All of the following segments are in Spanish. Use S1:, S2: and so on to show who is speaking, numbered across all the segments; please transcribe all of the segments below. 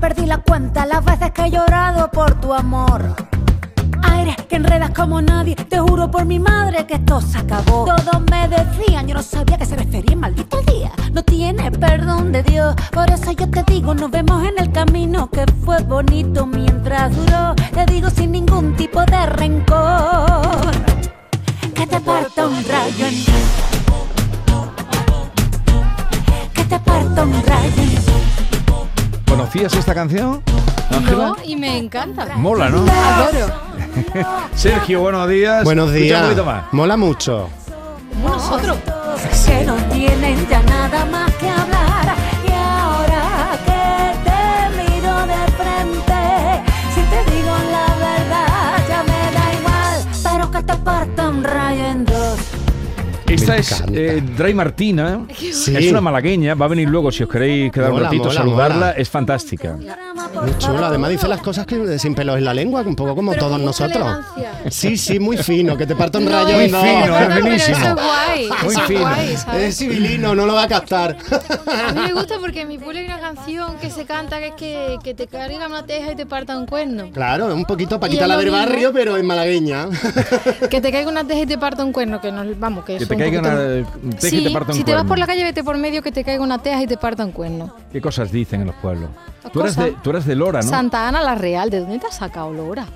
S1: perdí la cuenta las veces que he llorado por tu amor. Aires que enredas como nadie, te juro por mi madre que esto se acabó. Todos me decían, yo no sabía que se refería, maldito día. No tiene perdón de Dios, por eso yo te digo, nos vemos en el camino que fue bonito mientras duró. Te digo sin ningún tipo de rencor, que te parta un rayo en mí. Que te parta un rayo en mí.
S2: ¿Conocías esta canción? Ángela?
S3: No, y me encanta.
S2: Mola, ¿no?
S3: Adoro.
S2: Sergio, buenos días.
S4: Buenos
S2: Escucha
S4: días.
S2: un poquito más.
S4: Mola mucho.
S3: Nosotros.
S1: Que no tienen ya nada más que hablar. Y ahora que te miro de frente, si te digo la verdad, ya me da igual. Pero que te parta un rayo en dos.
S2: Esta
S4: Me
S2: es
S4: encanta.
S2: eh, Dray Martina.
S4: Sí.
S2: Es una malagueña, va a venir luego si os queréis quedar un
S4: Mola,
S2: ratito,
S4: mola,
S2: saludarla.
S4: mola.
S2: Es fantástica.
S1: Drama, por
S4: Muy chulo.
S1: favor.
S4: Además dice las cosas que sin pelos en la lengua, un poco como
S3: Pero
S4: todos
S3: con mucha
S4: nosotros.
S3: elegancia.
S4: Sí, sí, muy fino. Que te parta un
S3: No,
S4: rayo.
S2: Muy
S4: no.
S2: fino,
S3: Perdón,
S2: es
S3: pero eso
S2: buenísimo.
S3: es guay.
S2: Muy
S3: eso es
S2: fino.
S3: guay, ¿sabes?
S4: Es civilino, no lo va a captar.
S3: A mí me gusta porque en mi pueblo hay una canción que se canta que es que, que te cargan una teja y te parta un cuerno.
S4: Claro, un poquito
S3: Y
S4: Paquita
S3: es
S4: la
S3: lo
S4: del
S3: mismo.
S4: barrio, pero en malagueña.
S3: Que te caiga una teja y te parta un cuerno, que no, vamos, que,
S2: Que
S3: es
S2: te
S3: un
S2: caiga
S3: poquito-
S2: una teja y
S3: Sí,
S2: te parta un
S3: Si te vas
S2: cuerno.
S3: por la calle, vete por medio, que te caiga una teja y te parta un cuerno.
S2: ¿Qué cosas dicen en los pueblos? Tú eres,
S3: Cosa.
S2: de, tú eres de Lora, ¿no?
S3: Santa Ana la Real, ¿de dónde te has sacado Lora?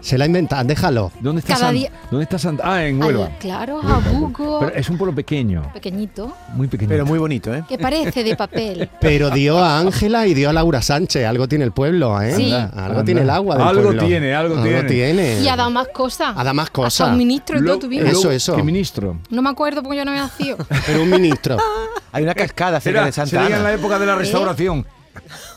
S4: Se la inventan, déjalo.
S2: ¿Dónde está,
S3: Cada
S2: San-
S3: día-
S2: ¿Dónde está Santa? Ah, en Huelva.
S3: Ay, claro,
S2: Huelva,
S3: Jabugo,
S2: Pero eh. es un pueblo pequeño,
S3: pequeñito,
S2: muy pequeño.
S5: Pero muy bonito, ¿eh?
S3: que parece de papel.
S4: Pero dio a Ángela y dio a Laura Sánchez. Algo tiene el pueblo, ¿eh?
S3: Sí.
S4: Algo tiene el agua del
S2: Algo
S4: pueblo.
S2: tiene, algo tiene.
S4: tiene.
S3: Y ha dado más cosas.
S4: Ha dado más cosas.
S3: Hasta un ministro y todo tuvimos.
S4: eso, eso.
S2: ¿Qué ministro?
S3: No me acuerdo porque yo no había nacido.
S4: Pero un ministro.
S5: Hay una cascada cerca de Santa
S2: sería en la
S5: Ana.
S2: época de
S3: ¿Eh?
S2: la restauración.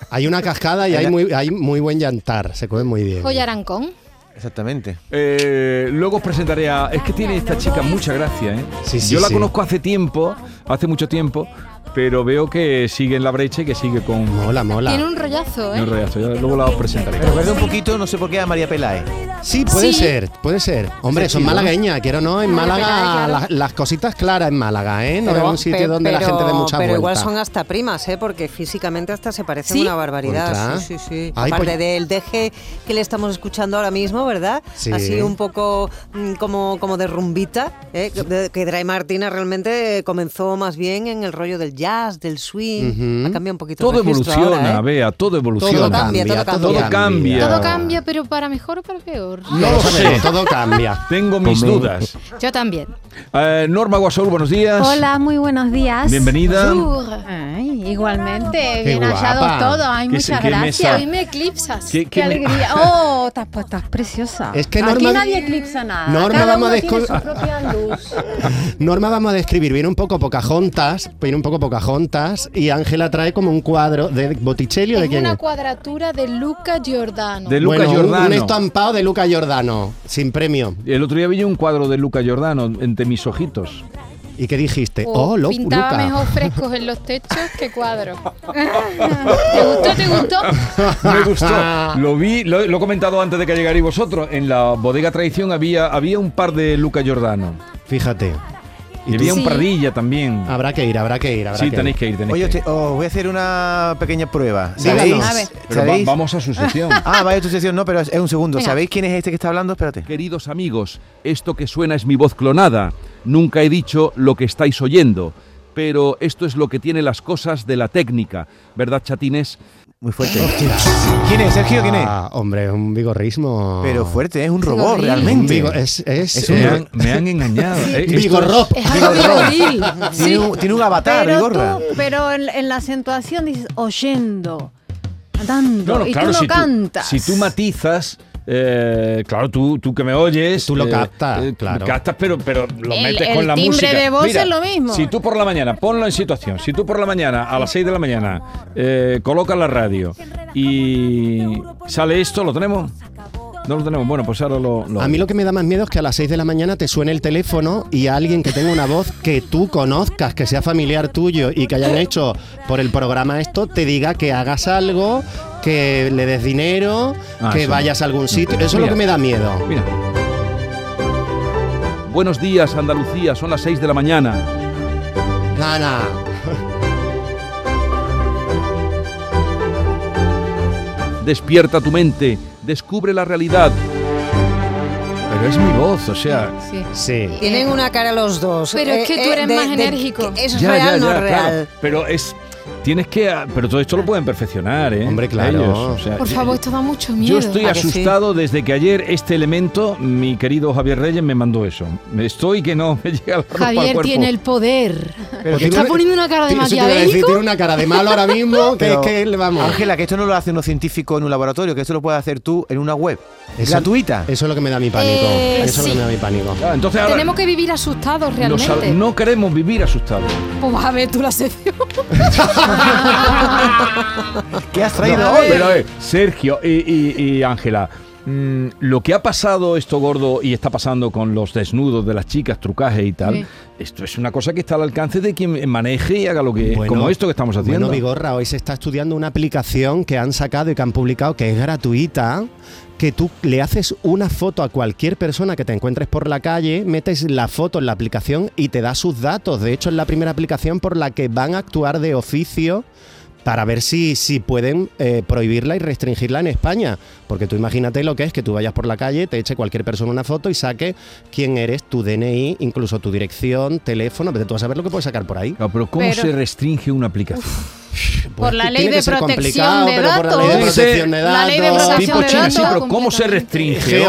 S4: Hay una cascada y hay muy, hay muy buen llantar. Se come muy bien.
S3: Joya Arancón.
S5: Exactamente.
S2: Eh, luego os presentaré a... Es que tiene esta chica mucha gracia, ¿eh?
S4: Sí, sí,
S2: Yo la
S4: sí.
S2: conozco hace tiempo, hace mucho tiempo, pero veo que sigue en la brecha y que sigue con...
S4: Mola, mola.
S3: Tiene un rollazo,
S2: No,
S3: ¿eh?
S2: regazo, ya luego la os presentaré.
S5: Me recuerda un poquito, no sé por qué, a María Peláez.
S4: Sí, puede
S3: Sí.
S4: ser, puede ser. Hombre, son malagueñas, quiero no, en Málaga las, las cositas claras en Málaga, ¿eh? No es un sitio
S6: pe-
S4: donde la gente dé muchas
S6: pero igual
S4: vueltas.
S6: son hasta primas, ¿eh? porque físicamente hasta se parecen
S3: ¿Sí?
S6: una barbaridad.
S4: Contra.
S6: Sí, sí, sí.
S4: Ay,
S6: Aparte
S4: pues-
S6: del deje que le estamos escuchando ahora mismo, ¿verdad?
S4: Sí.
S6: Así un poco mm, como, como de rumbita, ¿eh? que, de- que Dray Martina realmente eh, comenzó más bien en el rollo del jazz, del swing, ha cambiado un poquito el
S2: Todo
S6: registro
S2: evoluciona,
S6: ahora, ¿eh?
S2: vea, todo evoluciona.
S6: cambia, todo
S2: Todo
S6: cambia.
S2: cambia.
S3: Todo cambia, pero para mejor o para peor.
S4: No lo sé, todo cambia.
S2: Tengo mis
S4: Como-
S2: dudas.
S3: Yo también.
S2: Eh, Norma Guasol, buenos días.
S7: Hola, muy buenos días.
S2: Bienvenida.
S3: Sur.
S7: Ay, igualmente,
S4: Qué
S7: bien hallados
S4: guapa.
S7: todos. Ay,
S2: Qué-
S7: muchas
S2: qué mesa.
S7: gracias.
S3: Hoy me eclipsas.
S2: ¿Qué-
S7: Qué,
S2: qué me-
S7: alegría. Oh, estás, pues, estás preciosa.
S4: Es que
S7: Aquí
S4: Norma-
S7: nadie eclipsa nada.
S4: Norma,
S7: Cada
S4: vamos
S7: uno
S4: a
S7: tiene
S4: descol-
S7: su propia luz.
S4: Norma, vamos a describir, viene un poco Pocahontas, viene un poco Pocahontas, y Ángela trae como un cuadro de Botticelli, ¿o ¿de
S3: Es
S4: quién
S3: una
S4: es?
S3: cuadratura de Luca Giordano.
S2: De Luca
S4: bueno, un-
S2: Giordano.
S4: un estampado de Luca Giordano, sin premio.
S2: El otro día vi yo un cuadro de Luca Giordano entre mis ojitos.
S4: ¿Y qué dijiste?
S3: O
S4: oh, lo-
S3: pintaba
S4: Luca.
S3: mejor frescos en los techos que cuadros. ¿Te gustó? ¿Te gustó?
S2: Me gustó. Lo vi, lo, lo he comentado antes de que llegarais vosotros. En la bodega Tradición había, había un par de Luca Giordano.
S4: Fíjate.
S2: Y
S4: ¿Y
S2: había
S4: tú?
S2: un pardilla también.
S4: Habrá que ir, habrá que ir, habrá
S2: sí,
S4: que
S2: tenéis
S4: ir.
S2: que ir, tenéis
S5: Oye,
S2: que ir.
S5: os te- os voy a hacer una pequeña prueba.
S4: Díganos.
S5: ¿Sabéis?
S4: A ver.
S2: Pero va-
S5: ¿Sabéis?
S2: vamos a su sección.
S5: Ah, vaya tu sesión, no, pero es es un segundo.
S3: Venga.
S5: ¿Sabéis quién es este que está hablando? Espérate.
S2: Queridos amigos, esto que suena es mi voz clonada. Nunca he dicho lo que estáis oyendo, pero esto es lo que tiene las cosas de la técnica. ¿Verdad, chatines?
S5: Muy fuerte. ¿Quién es, Sergio? ¿Quién es?
S4: Ah, hombre, un vigorismo.
S5: Pero fuerte, es un
S3: Es
S5: robot
S3: horrible.
S4: Un
S5: realmente.
S4: vigo- es, es,
S5: Es
S2: Me
S5: un-
S2: han, me han engañado. Eh, esto-
S4: Vigorrop.
S3: Es algo vigoril.
S5: Tiene, un, tiene un avatar,
S7: pero
S5: Ah, Vigorra.
S7: tú- pero en, en la acentuación dices oyendo, cantando.
S2: No, no,
S7: y
S2: claro,
S7: tú no
S2: si,
S7: cantas.
S2: Tú, si tú matizas, eh, claro, tú, tú que me oyes. eh,
S4: Tú lo captas, claro.
S2: Captas, pero, pero lo
S7: El-
S2: metes
S7: el
S2: con la
S7: timbre
S2: música.
S7: de voz es lo mismo.
S2: Si tú por la mañana, ponlo en situación, si tú por la mañana, a las 6 de la mañana, eh, colocas la radio y sale esto, ¿lo tenemos? No lo tenemos. Bueno, pues ahora lo. lo-
S4: A mí lo que me da más miedo es que a las 6 de la mañana te suene el teléfono y a alguien que tenga una voz que tú conozcas, que sea familiar tuyo y que hayan hecho por el programa esto, te diga que hagas algo, que le des dinero,
S2: Ah,
S4: que
S2: eso.
S4: vayas a algún sitio. Eso es
S2: Mira.
S4: lo que me da miedo.
S2: Mira. Buenos días, Andalucía, son las 6 de la mañana.
S4: Nana.
S2: Despierta tu mente, descubre la realidad. Pero es mi voz, o sea.
S7: Sí.
S4: Sí.
S6: Tienen una cara los dos. ¿eh?
S3: Pero es que tú eres más enérgico.
S6: que es real, no es
S2: claro.
S6: real.
S2: Pero es. Tienes que. ah, Pero todo esto lo pueden perfeccionar, ¿eh?
S4: Hombre, claro.
S2: Ellos, o sea,
S3: Por
S2: yo-
S3: favor, esto da mucho miedo.
S2: Yo estoy
S6: ¿A que sí?
S2: asustado desde que ayer este elemento, mi querido Javier Reyes, me mandó eso. Estoy que no me llega la ropa al
S3: Javier
S2: cuerpo.
S3: tiene el poder.
S5: Pero
S4: Tiene
S3: Está poniendo una cara de
S4: Ti- eso te iba a decir,
S3: maquiavélico.
S4: Tiene una cara de malo ahora mismo, que es
S5: Pero,
S4: que, le- vamos.
S5: Ángela, que esto no lo hace un científico en un laboratorio, que eso lo puedes hacer tú en una web. Es
S4: Eso-
S5: gratuita.
S4: Eso es lo que me da mi pánico.
S3: Eh,
S4: eso es lo
S3: sí.
S4: que me da mi pánico.
S2: Ah, entonces ahora
S3: Tenemos que vivir asustados
S2: no
S3: realmente.
S2: sab- no queremos vivir asustados.
S3: Pues vas a ver tú la sección.
S5: ¿Qué has traído
S2: No,
S5: hoy?
S2: Pero a ver, Sergio y- y y Ángela. mm, lo que ha pasado esto gordo y está pasando con los desnudos de las chicas, trucaje y tal,
S3: Sí.
S2: esto es una cosa que está al alcance de quien maneje y haga lo que
S4: Bueno,
S2: como esto que estamos haciendo.
S4: Bueno, Vigorra, hoy se está estudiando una aplicación que han sacado y que han publicado que es gratuita, que tú le haces una foto a cualquier persona que te encuentres por la calle, metes la foto en la aplicación y te da sus datos. De hecho, es la primera aplicación por la que van a actuar de oficio para ver si, si pueden eh, prohibirla y restringirla en España. Porque tú imagínate lo que es que tú vayas por la calle, te eche cualquier persona una foto y saque quién eres, tu DNI, incluso tu dirección, teléfono, pero tú vas a ver lo que puedes sacar por ahí.
S2: Claro, pero ¿cómo
S3: Pero-
S2: se restringe una aplicación?
S3: Por la
S4: Pues que
S3: ley
S4: tiene
S3: de
S4: que ser
S3: protección
S4: complicado,
S3: de
S4: pero por la ley de
S2: datos.
S4: protección de
S3: La ley de
S4: datos,
S3: protección
S2: Tipo
S3: de
S2: chino, sí,
S3: datos,
S2: pero ¿cómo se
S3: completamente.
S2: restringe?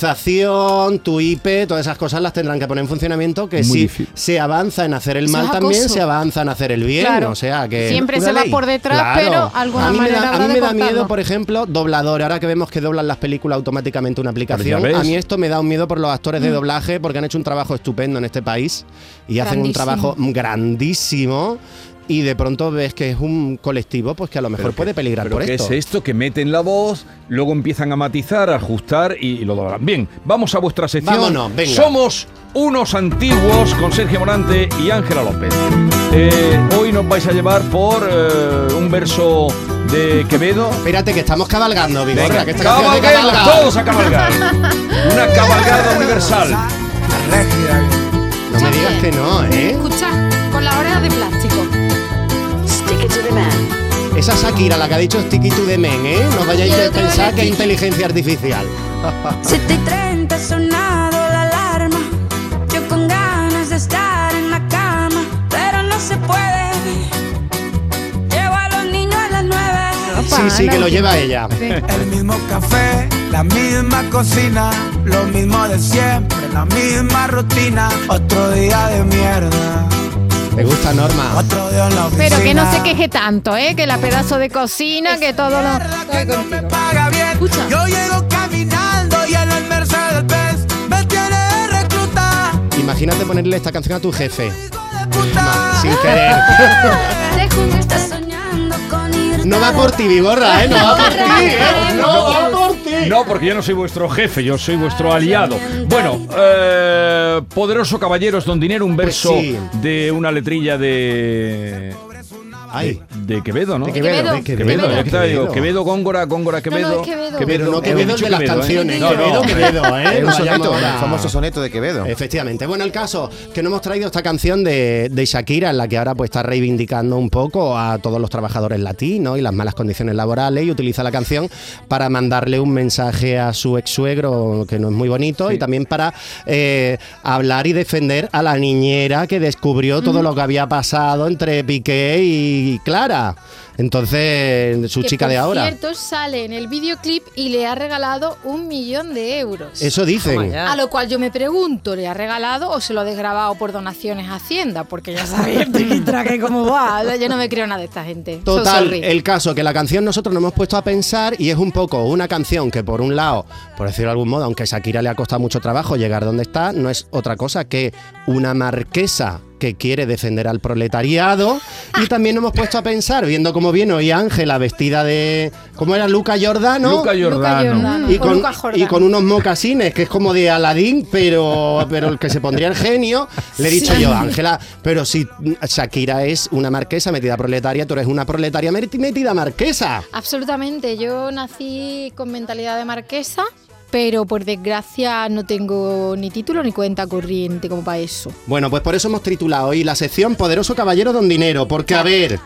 S4: Geolocalización, tu IP, todas esas cosas las tendrán que poner en funcionamiento. Que
S2: Muy
S4: si
S2: difícil.
S4: se avanza en hacer el
S3: Eso
S4: mal
S3: es
S4: también,
S3: acoso.
S4: se avanza en hacer el bien.
S7: Claro.
S4: O sea que.
S7: Siempre
S5: una
S7: se va
S5: ley.
S7: por detrás,
S4: Claro.
S7: pero alguna
S4: a mí me
S7: manera
S4: da, a mí
S7: habrá de
S4: me da
S7: cortarlo.
S4: miedo, por ejemplo, doblador. Ahora que vemos que doblan las películas automáticamente una aplicación,
S2: ves.
S4: a mí esto me da un miedo por los actores
S7: Mm.
S4: de doblaje porque han hecho un trabajo estupendo en este país y hacen
S3: Grandísimo.
S4: un trabajo grandísimo. Y de pronto ves que es un colectivo pues que a lo mejor puede peligrar
S2: ¿Pero
S4: por
S2: qué
S4: esto.
S2: es esto? Que meten la voz, luego empiezan a matizar, a ajustar y, lo doblan. Bien, vamos a vuestra sección.
S4: Vámonos, venga.
S2: Somos unos antiguos con Sergio Morante y Ángela López. Eh, hoy nos vais a llevar por eh, un verso de Quevedo.
S4: Espérate, que estamos cabalgando, Vigorra,
S2: Venga,
S4: que esta canción de
S2: cabalguemos,
S4: cabalgada.
S2: todos a cabalgar. Una cabalgada universal.
S4: No me digas que no, ¿eh?
S3: Escucha, con las orejas de plástico.
S4: Esa Shakira, la que ha dicho Sticky to the Men, ¿eh? No vayáis
S3: Quiero
S4: a pensar
S3: trabajar
S4: que es
S3: aquí.
S4: inteligencia artificial.
S8: 7 y 30 ha sonado la alarma. Yo con ganas de estar en la cama, pero no se puede. Llevo a los niños a las 9.
S4: Sí, sí, que lo lleva ella.
S9: El mismo café, la misma cocina, lo mismo de siempre, la misma rutina. Otro día de mierda,
S4: Me gusta Norma.
S9: otro día en la oficina.
S7: Pero que no se queje tanto, ¿eh? Que la pedazo de cocina, que todo lo...
S9: Que no me paga bien.
S7: Escucha.
S9: Yo llego caminando y en el Mercedes Benz me tiene de recluta.
S4: Imagínate ponerle esta canción a tu jefe.
S9: hijo de puta.
S4: Sin querer.
S8: Estás soñando con ir.
S4: No va por ti, Vigorra, ¿eh? No va por ti, ¿eh? No va por ti.
S2: No, porque yo no soy vuestro jefe, yo soy vuestro aliado. Bueno, eh, Poderoso Caballeros Don Dinero, un
S4: Pues
S2: verso
S4: sí.
S2: de una letrilla de,
S4: Ay,
S2: Eh, de Quevedo, ¿no?
S4: de Quevedo, de
S2: Quevedo,
S4: Quevedo.
S2: ya que estaba, digo,
S4: Quevedo.
S2: Quevedo, Góngora, Góngora, Quevedo.
S3: es Quevedo.
S4: Pero no
S2: hemos
S4: Quevedo el
S2: dicho
S4: de las
S2: Quevedo, ¿eh?
S4: canciones.
S2: No,
S4: Quevedo,
S2: no,
S4: Quevedo, ¿eh?
S5: Es un
S4: No vayamos
S5: soneto,
S4: ahora.
S5: el famoso soneto de Quevedo.
S4: Efectivamente. Bueno, el caso que no hemos traído esta canción de, de Shakira, en la que ahora pues está reivindicando un poco a todos los trabajadores latinos y las malas condiciones laborales y utiliza la canción para mandarle un mensaje a su ex suegro que no es muy bonito y también para eh, hablar y defender a la niñera que descubrió todo lo que había pasado entre Piqué y Clara. Entonces, su
S3: Que,
S4: chica de
S3: por
S4: ahora.
S3: cierto, sale en el videoclip y le ha regalado un millón de euros.
S4: Eso dicen.
S6: Vaya.
S3: A lo cual yo me pregunto, ¿le ha regalado o se lo ha desgrabado por donaciones a Hacienda? Porque ya sabéis el tiquitraque cómo va. Yo no me creo nada de esta gente. So
S4: Total,
S3: sorry.
S4: el caso que la canción nosotros nos hemos puesto a pensar y es un poco una canción que por un lado, por decirlo de algún modo, aunque a Shakira le ha costado mucho trabajo llegar donde está, no es otra cosa que una marquesa que quiere defender al proletariado y también nos hemos puesto a pensar, viendo cómo viene hoy Ángela vestida de... ¿Cómo era? Luca Giordano.
S2: Luca Giordano.
S3: Giordano.
S4: Y
S3: Con
S4: con,
S3: Luca Jordano.
S4: y con unos mocasines que es como de Aladín, pero, pero el que se pondría el genio, le he dicho yo, Ángela, pero si Shakira es una marquesa metida proletaria, tú eres una proletaria met- metida marquesa.
S3: Absolutamente. Yo nací con mentalidad de marquesa pero por desgracia no tengo ni título ni cuenta corriente como para eso.
S4: Bueno, pues por eso hemos titulado hoy la sección Poderoso Caballero Don Dinero, porque a ver,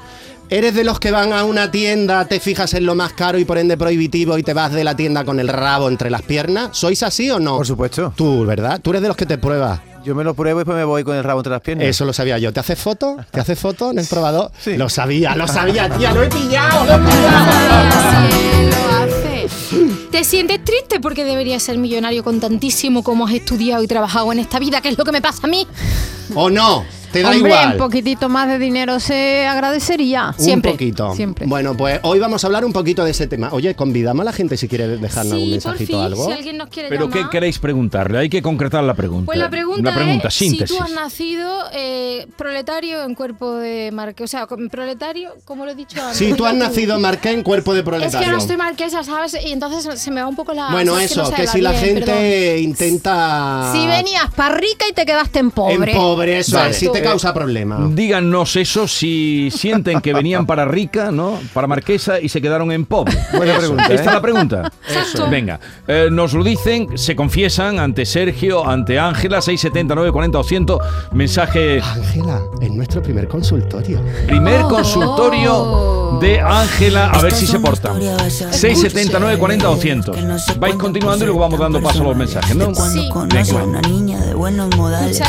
S4: eres de los que van a una tienda, te fijas en lo más caro y por ende prohibitivo y te vas de la tienda con el rabo entre las piernas. ¿Sois así o no?
S5: Por supuesto.
S4: Tú, ¿verdad? Tú eres de los que te pruebas.
S5: Yo me lo pruebo y después me voy con el rabo entre las piernas.
S4: Eso lo sabía yo. ¿Te haces foto? ¿Te haces foto en el probador?
S5: Eh. Sí.
S4: Lo sabía, lo sabía, tía, lo he pillado, lo he pillado.
S3: lo hace. ¿Te sientes triste porque deberías ser millonario con tantísimo como has estudiado y trabajado en esta vida, que es lo que me pasa a mí?
S4: ¿O no? Te da
S7: Hombre,
S4: igual.
S7: un poquitito más de dinero se agradecería.
S4: Un
S3: Siempre.
S4: poquito.
S7: Siempre.
S4: Bueno, pues hoy vamos a hablar un poquito de ese tema. Oye, convidamos a la gente si quiere dejarnos algún
S3: sí, por
S4: mensajito
S3: fin,
S4: o algo.
S3: si alguien nos quiere
S2: ¿Pero qué
S3: llamar.
S2: queréis preguntarle? Hay que concretar la pregunta.
S3: Pues la pregunta,
S2: Una pregunta,
S3: es si
S2: síntesis.
S3: tú has nacido eh, proletario en cuerpo de marqués. O sea, con- proletario, como lo he dicho antes.
S4: Si tú has nacido marqué en cuerpo de
S3: Es que
S4: proletario.
S3: ahora estoy marquesa, ¿sabes? Y entonces se me va un poco la...
S4: bueno,
S3: es
S4: eso,
S3: no se
S4: que
S3: habla
S4: si la
S3: bien, perdón.
S4: gente intenta
S7: Si venías para rica y te quedaste en
S4: ah.
S7: pobre.
S4: en pobre, eso
S3: Vale. Eh,
S4: es, si te causa problemas.
S2: Díganos eso si sienten que venían para rica, ¿no? Para marquesa y se quedaron en pop.
S5: Buena
S2: Eso.
S5: pregunta, ¿eh?
S2: Esta es la pregunta.
S3: Exacto.
S2: Venga, eh, nos lo dicen, se confiesan ante Sergio, ante Ángela, 679 40 200. Mensaje
S4: Ángela, en nuestro primer consultorio.
S2: Primer consultorio de Ángela, a ver si se porta. 679 40 200. Vais continuando y luego vamos dando paso a los mensajes, ¿no?
S3: Sí.
S2: Venga.
S3: Escuchar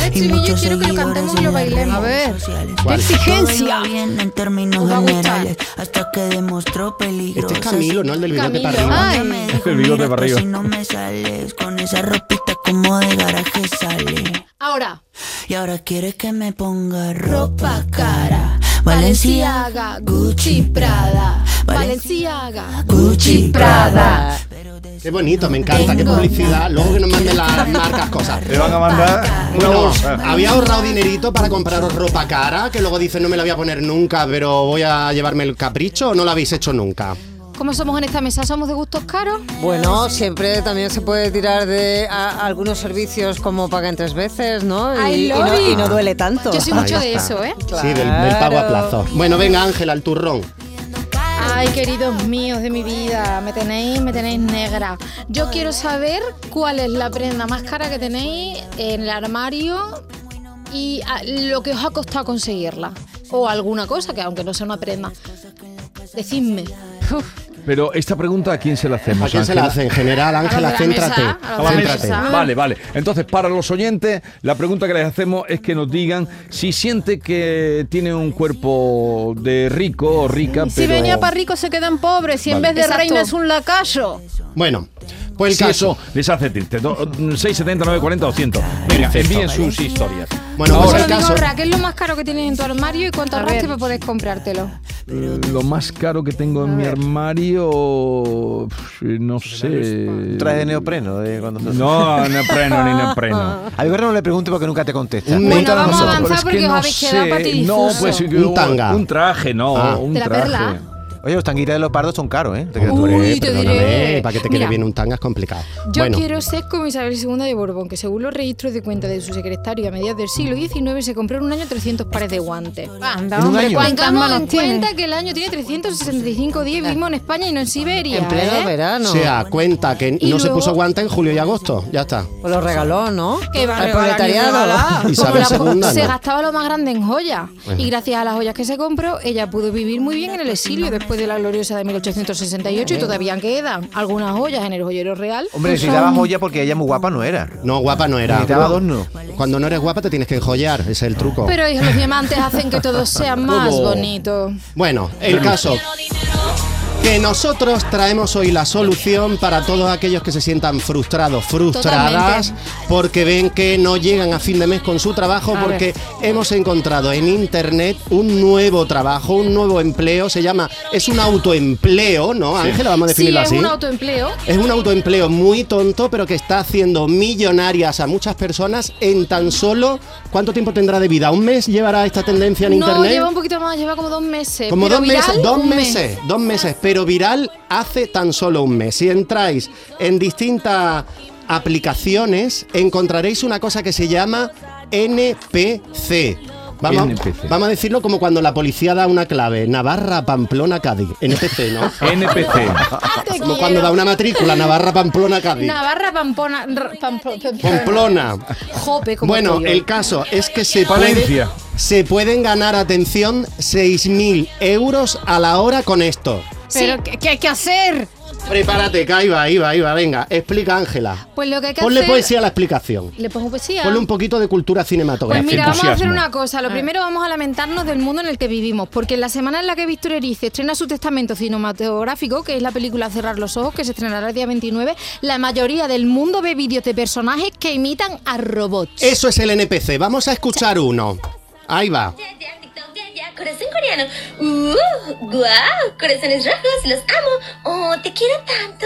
S3: el estribillo, quiero que lo cantemos y lo bailemos.
S7: A ver.
S4: ¿Cuál?
S7: Exigencia.
S3: Os va a gustar.
S4: Este es Camilo, ¿no? El del bigote
S3: Camilo.
S4: para arriba.
S7: Ay.
S2: El bigote
S1: pues,
S2: para arriba.
S3: Ahora. Y ahora quieres que me ponga ropa cara. Valenciaga, Gucci, Prada. Valenciaga, Gucci, Prada.
S4: Qué bonito, me encanta, qué publicidad. Luego que nos manden las marcas cosas.
S5: Te van a mandar una
S4: Bueno, eh,
S5: bolsa.
S4: había ahorrado dinerito para compraros ropa cara, que luego dicen no me la voy a poner nunca, pero voy a llevarme el capricho, o no la habéis hecho nunca.
S3: ¿Cómo somos en esta mesa? ¿Somos de gustos caros?
S6: Bueno, siempre también se puede tirar de a- algunos servicios como pagan tres veces, ¿no?
S3: I
S6: Y, y
S3: love
S6: no, y
S3: it.
S6: no duele tanto.
S3: Yo soy
S4: Ahí
S3: mucho de
S4: está.
S3: eso, ¿eh?
S4: Sí, del, del pago a
S6: Claro.
S4: plazo. Bueno, venga Ángela, el turrón.
S3: Ay, queridos míos de mi vida, me tenéis, me tenéis negra. Yo quiero saber cuál es la prenda más cara que tenéis en el armario y ah, lo que os ha costado conseguirla. O alguna cosa que aunque no sea una prenda. Decidme. Uf,
S2: Pero esta pregunta, ¿a quién se la hacemos?
S4: ¿A quién se la
S2: Ángela?
S4: hace en general, Ángela?
S3: los de la mesa,
S4: Céntrate.
S3: a
S2: A la mesa.
S4: Céntrate.
S3: mesa.
S2: Vale, vale. Entonces, para los oyentes, la pregunta que les hacemos es que nos digan si siente que tiene un cuerpo de rico o rica,
S7: Si
S2: pero
S7: venía para rico se quedan pobres. Si en
S2: Vale.
S7: vez de
S3: Exacto.
S7: reina es un lacayo.
S4: Bueno, pues el
S2: si
S4: caso.
S2: eso les hace triste. Do- 679 40 200. Venga, envíen sus historias.
S4: Bueno,
S3: Os
S4: pues
S3: lo
S4: el
S3: digo,
S4: caso.
S3: Ra, ¿qué es lo más caro que tienes en tu armario y cuánto ahorraste para poder comprártelo?
S2: Lo más caro que tengo en mi armario, pf, no
S3: Pues
S2: sé.
S5: Un traje de neopreno. De cuando
S2: No, neopreno ni neopreno.
S5: A Igor no le pregunte porque nunca te contesta.
S4: Un-
S3: Bueno, vamos a
S4: nosotros,
S2: Pero es
S3: avanzar
S2: que
S3: porque os
S2: no
S3: habéis quedado
S2: sé.
S3: patidifuso.
S2: No, pues
S4: Un tanga.
S2: Un traje, no,
S4: Ah.
S2: un
S3: De la
S2: traje.
S3: perla.
S5: Oye, los tanguitas de los pardos son caros, ¿eh? Te creas tú.
S3: Uy, te
S4: Perdóname,
S3: diré.
S4: para que te quede
S3: Mira,
S4: bien un tanga es complicado.
S3: Yo
S4: bueno,
S3: quiero ser como Isabel II de Borbón, que según los registros de cuenta de su secretario a mediados del siglo XIX se compró en un año 300 pares de guantes.
S7: Anda,
S5: un
S7: hombre,
S5: año.
S7: ¿cuántas
S3: Tengamos en
S7: manos tiene?
S3: cuenta que el año tiene 365 días, vivimos en España y no en Siberia.
S6: En pleno
S3: ¿eh?
S4: o
S6: verano.
S4: sea, cuenta que no
S3: Y
S4: se
S3: luego-
S4: puso guante en julio y agosto. Ya está.
S6: O lo regaló, ¿no?
S3: Que va a
S6: Al
S3: regalar,
S6: proletariado.
S3: ni
S4: Isabel
S3: Como
S4: II, ¿no?
S3: Se gastaba lo más grande en joyas. Y gracias a las joyas que se compró, ella pudo vivir muy bien en el exilio después de la gloriosa de 1868 y todavía quedan algunas joyas en el joyero real.
S5: Hombre, si daba joya porque ella muy guapa no era.
S4: No, guapa no era.
S5: Necesitaba adorno.
S4: Cuando no eres guapa te tienes que enjollar, ese es el truco.
S3: Pero hijo, los diamantes hacen que todo sea más
S2: Todo.
S3: bonito.
S4: Bueno, el caso. Que nosotros traemos hoy la solución para todos aquellos que se sientan frustrados, frustradas, porque ven que no llegan a fin de mes con su trabajo, porque hemos encontrado en internet un nuevo trabajo, un nuevo empleo, se llama, es un autoempleo, ¿no, Ángela? Vamos a
S3: Sí,
S4: definirlo
S3: es
S4: así.
S3: un autoempleo.
S4: Es un autoempleo muy tonto, pero que está haciendo millonarias a muchas personas en tan solo. ¿Cuánto tiempo tendrá de vida? ¿Un mes llevará esta tendencia en
S3: no,
S4: internet?
S3: lleva un poquito más, lleva como dos meses.
S4: Como
S3: pero
S4: dos
S3: viral,
S4: meses, dos
S3: un mes.
S4: meses, dos meses, pero viral hace tan solo un mes. Si entráis en distintas aplicaciones, encontraréis una cosa que se llama NPC.
S2: En
S4: Vamos,
S2: NPC.
S4: vamos a decirlo como cuando la policía da una clave. Navarra, Pamplona, Cádiz. NPC, ¿no?
S2: NPC.
S3: Ah, te
S4: Como
S3: quiero.
S4: cuando da una matrícula. Navarra, Pamplona, Cádiz.
S3: Navarra, Pampona. r- Pampo-
S4: Pamplona.
S3: Jope, como
S4: Bueno,
S3: estoy yo.
S4: el caso es que se, puede,
S2: Valencia.
S4: se pueden ganar, atención, 6.000 euros a la hora con esto.
S3: Pero, ¿qué, qué hay que hacer?
S4: Prepárate, que ahí va, ahí va, ahí va. Venga, explica, Ángela.
S3: Pues lo que hay que
S4: Ponle
S3: hacer.
S4: poesía a la explicación.
S3: Le pongo poesía.
S4: Ponle un poquito de cultura
S3: Pues
S4: cinematográfica.
S3: mira, vamos a hacer
S2: entusiasmo.
S3: una cosa. Lo primero vamos a lamentarnos del mundo en el que vivimos, porque en la semana en la que Víctor Erice estrena su testamento cinematográfico, que es la película Cerrar los ojos, que se estrenará el día 29, la mayoría del mundo ve vídeos de personajes que imitan a robots.
S4: Eso es el NPC. Vamos a escuchar uno. Ahí va.
S8: Corazón coreano. ¡Uh! ¡Guau! Corazones rojos, los amo. ¡Oh, te quiero tanto!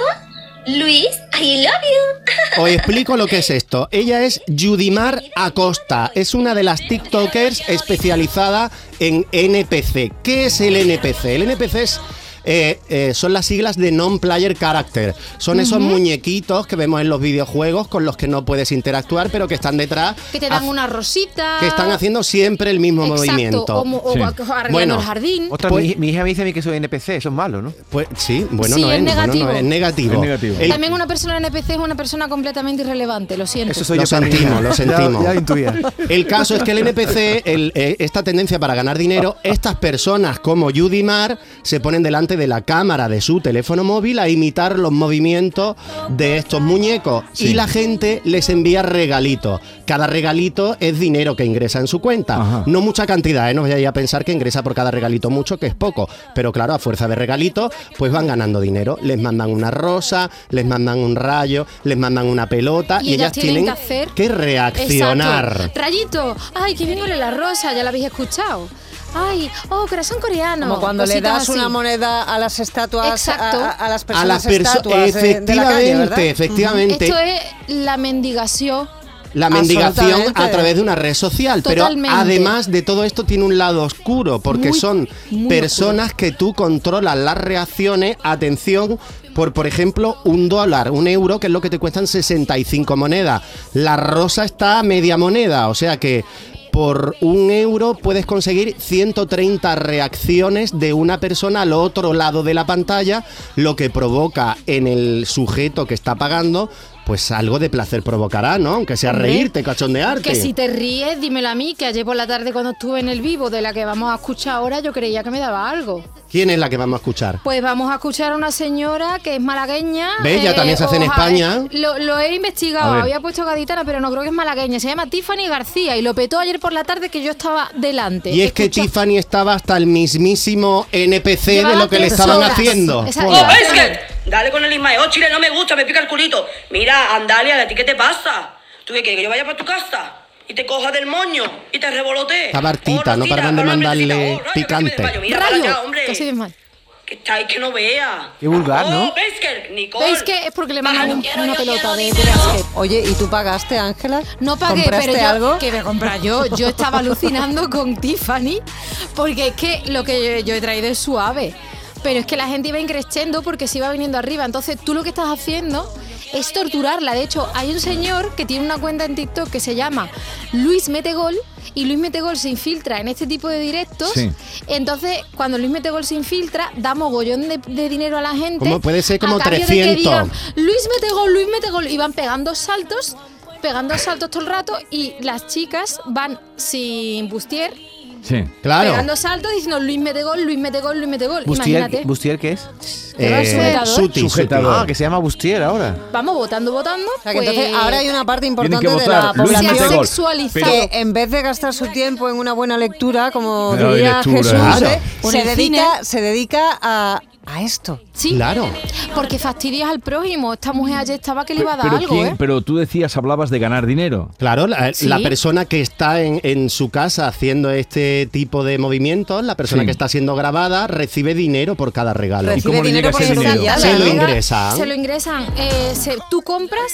S8: Luis, I love you.
S4: Os explico lo que es esto. Ella es Judimar Acosta. Es una de las TikTokers especializada en NPC. ¿Qué es el NPC? El NPC es... eh, eh, son las siglas de Non-Player Character. Son esos muñequitos que vemos en los videojuegos con los que no puedes interactuar, pero que están detrás.
S3: que te dan
S4: haz-
S3: una rosita.
S4: que están haciendo siempre el mismo
S3: Exacto,
S4: movimiento.
S3: O, mo- o
S2: Sí.
S3: arreglando
S4: Bueno,
S3: el jardín.
S5: Ostras,
S4: Pues-
S5: mi, hija- mi hija me dice a mí que soy NPC, eso es malo, ¿no?
S4: Pues sí, bueno,
S3: Sí,
S4: no,
S3: es
S4: es, bueno, no,
S3: negativo.
S4: es negativo.
S2: Es negativo.
S4: El-
S3: También una persona NPC es una persona completamente irrelevante, lo siento.
S5: Eso soy
S4: Lo
S5: yo. también.
S4: sentimos, lo
S5: Ya-
S4: sentimos.
S5: Ya, intuía.
S4: El caso es que el NPC, el, eh, esta tendencia para ganar dinero, estas personas como Judy Mar se ponen delante de la cámara de su teléfono móvil a imitar los movimientos de estos muñecos y la gente les envía regalitos. Cada regalito es dinero que ingresa en su cuenta.
S2: Ajá.
S4: No mucha cantidad, ¿eh? no vayáis a pensar que ingresa por cada regalito mucho, que es poco. Pero claro, a fuerza de regalitos, pues van ganando dinero. Les mandan una rosa, les mandan un rayo, les mandan una pelota y, ellas tienen,
S3: que hacer-
S4: que reaccionar.
S3: Exacto. Rayito, ay, que bien huele la rosa, ya la habéis escuchado. Ay, oh, corazón coreano.
S6: Como cuando le
S3: cositas
S6: das
S3: pues así.
S6: una moneda a las estatuas, a,
S3: Exacto.
S6: a- a las
S4: a las
S6: personas
S4: personas
S6: estatuas de-
S4: efectivamente,
S6: de la calle, ¿verdad?
S4: efectivamente,
S3: Esto es la mendigación.
S4: la mendigación
S6: Absolutamente.
S4: a través de una red social,
S3: Totalmente.
S4: pero además de todo esto tiene un lado oscuro porque
S3: Muy,
S4: son
S3: muy
S4: personas que tú controlas las reacciones, atención, por por ejemplo, un dólar, un euro, que es lo que te cuestan 65 monedas. La rosa está a media moneda, o sea que por un euro puedes conseguir 130 reacciones de una persona al otro lado de la pantalla, lo que provoca en el sujeto que está pagando, pues algo de placer provocará, ¿no? Aunque sea reírte, cachondearte.
S3: Que si te ríes, dímelo a mí, que ayer por la tarde cuando estuve en el vivo de la que vamos a escuchar ahora, yo creía que me daba algo.
S4: ¿Quién es la que vamos a escuchar?
S3: Pues vamos a escuchar a una señora que es malagueña.
S4: Ve, ya también se hace en
S3: oja-
S4: España.
S3: Lo, lo he
S2: A
S3: investigado,
S2: ver.
S3: había puesto gaditana, pero no creo que es malagueña. Se llama Tiffany García y lo petó ayer por la tarde que yo estaba delante.
S4: Y es que
S3: Escucha-
S4: Tiffany estaba hasta el mismísimo NPC de
S3: Llevaba
S4: lo que le
S3: tres
S4: estaban
S3: horas.
S4: haciendo.
S3: Esa-
S4: Joder.
S3: ¡Oh,
S10: Dale con el Ismael. Oh, Chile, no me gusta, me pica el culito. Mira, Andalia, ¿a ti qué te pasa? ¿Tú qué quieres? Que yo vaya para tu casa y te coja del moño y te revolotee.
S4: Está Bartita, no
S10: Rosita,
S4: paran de
S10: oh,
S4: mandarle
S10: Rosita, rayo, que
S4: picante.
S10: sí me desmayo. Mira, para
S3: Rayo,
S10: allá, hombre.
S3: que soy de mal.
S10: Que está ahí que no vea.
S5: Qué vulgar, ¿no?
S10: Oh, Basker, Nicole.
S3: ¿Veis que es porque le mandan un- una pelota de, de básquet?
S6: Oye, ¿y tú pagaste, Ángela?
S3: No pagué,
S6: ¿Compraste
S3: pero yo,
S6: algo?
S3: que voy a comprar yo. Yo estaba alucinando con Tiffany porque es que lo que yo, yo he traído es suave. Pero es que la gente iba increciendo porque se iba viniendo arriba. Entonces tú lo que estás haciendo es torturarla. De hecho, hay un señor que tiene una cuenta en TikTok que se llama Luis Metegol y Luis Metegol se infiltra en este tipo de directos.
S2: Sí.
S3: Entonces, cuando Luis Metegol se infiltra, da mogollón de, de dinero a la gente.
S4: ¿Cómo puede ser
S3: a
S4: como
S3: cambio de que
S4: 300?
S3: digan, Luis mete gol, Luis mete gol. Y van pegando saltos, pegando saltos todo el rato. Y las chicas van sin bustier,
S2: Sí.
S4: Claro.
S3: pegando saltos, diciendo Luis mete gol, Luis mete gol, Luis mete gol.
S5: Bustier,
S3: Imagínate.
S5: ¿Bustier qué es?
S3: ¿Te
S4: eh,
S3: va el sujetador?
S4: suti,
S2: Sujetador.
S5: Ah, que se llama Bustier ahora.
S3: Vamos votando, votando.
S6: O sea, que entonces
S3: pues,
S6: ahora hay una parte
S2: Tienen
S6: importante
S2: que
S6: de la
S2: votar. Luis
S3: Se ha
S6: población
S2: Metegol.
S3: sexualizado.
S2: Pero-
S6: que en vez de gastar su tiempo en una buena lectura, como
S2: Una
S6: diría
S2: lectura,
S6: Jesús,
S4: claro.
S6: ¿eh?
S3: O en
S6: se,
S3: el
S6: dedica,
S3: cine.
S6: se dedica a, a esto.
S3: Sí,
S4: Claro.
S3: Porque fastidias al prójimo. Esta mujer ayer estaba que le iba a dar
S2: Pero,
S3: algo,
S2: quién-
S3: ¿eh?
S2: pero tú decías, hablabas de ganar dinero.
S4: Claro, la,
S3: Sí.
S4: la persona que está en, en su casa haciendo este tipo de movimientos, la persona
S2: Sí.
S4: que está siendo grabada, recibe dinero por cada regalo.
S2: ¿Y
S6: Recibe
S2: cómo le llega
S6: dinero por
S2: ese
S6: esa
S2: dinero?
S6: llave.
S4: Se lo
S3: Llega-
S4: ingresan.
S3: Se lo ingresan. Eh, se- tú compras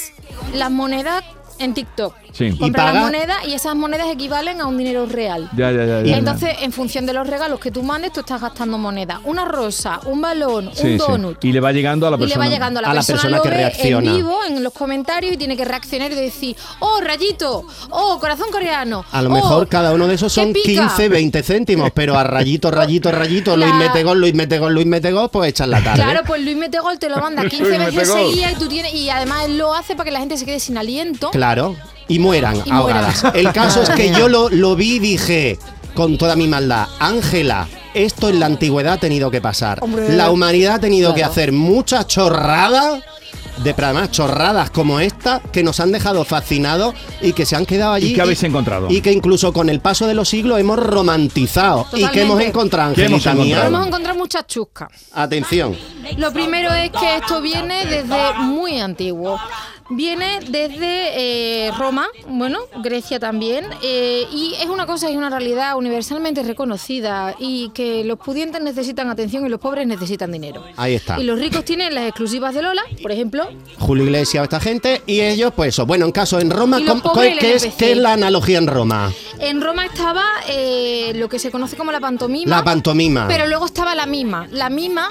S3: las monedas en TikTok.
S2: Sí.
S3: compra las monedas y esas monedas equivalen a un dinero real.
S2: Ya, ya, ya. ya,
S3: Y
S2: ya.
S3: entonces, en función de los regalos que tú mandes, tú estás gastando moneda. Una rosa, un balón,
S2: Sí,
S3: un
S2: sí.
S3: donut.
S2: Y le va llegando a la
S3: y
S2: persona.
S3: le va llegando a la, persona, lo ve en vivo, en los comentarios, y tiene que reaccionar y decir, oh, rayito, oh, corazón coreano.
S4: A lo
S3: oh,
S4: mejor cada uno de esos son
S3: pica.
S4: 15, 20 céntimos, pero a rayito, rayito, rayito, Luis
S3: La-
S4: mete gol, Luis mete gol, Luis mete gol, pues echan la tarde.
S3: Claro, pues Luis Metegol te lo manda 15
S4: Luis
S3: veces
S4: Metegol.
S3: seguidas y tú tienes y además él lo hace para que la gente se quede sin aliento.
S4: Claro, y mueran
S3: Y
S4: ahogadas.
S3: mueran.
S4: El caso es
S3: Madre
S4: que
S3: mía.
S4: yo lo, lo vi y dije, con toda mi maldad, Ángela, esto en la antigüedad ha tenido que pasar.
S11: Hombre.
S4: la humanidad ha tenido que
S11: Claro.
S4: hacer muchas chorradas. De pero además chorradas como esta que nos han dejado fascinados y que se han quedado allí.
S2: ¿Y qué habéis encontrado?
S4: Y que incluso con el paso de los siglos hemos romantizado. ¿Y
S3: Totalmente.
S4: qué hemos encontrado,
S2: ¿Qué hemos
S4: Angelita mía?
S3: Vamos a encontrar muchas chuscas.
S4: Atención.
S3: Lo primero es que esto viene desde muy antiguo. Viene desde eh, Roma, bueno, Grecia también, eh, y es una cosa y una realidad universalmente reconocida y que los pudientes necesitan atención y los pobres necesitan dinero.
S4: Ahí está.
S3: Y los ricos tienen las exclusivas de Lola, por ejemplo,
S4: Julio Iglesias, esta gente, y ellos, pues eso. Bueno, en caso en Roma,
S3: Y los
S4: ¿cómo-
S3: pobres y el
S4: ¿qué es,
S3: NPC?
S4: qué es la analogía en Roma?
S3: En Roma estaba eh, lo que se conoce como la pantomima.
S4: La pantomima.
S3: Pero luego estaba la mima. La mima.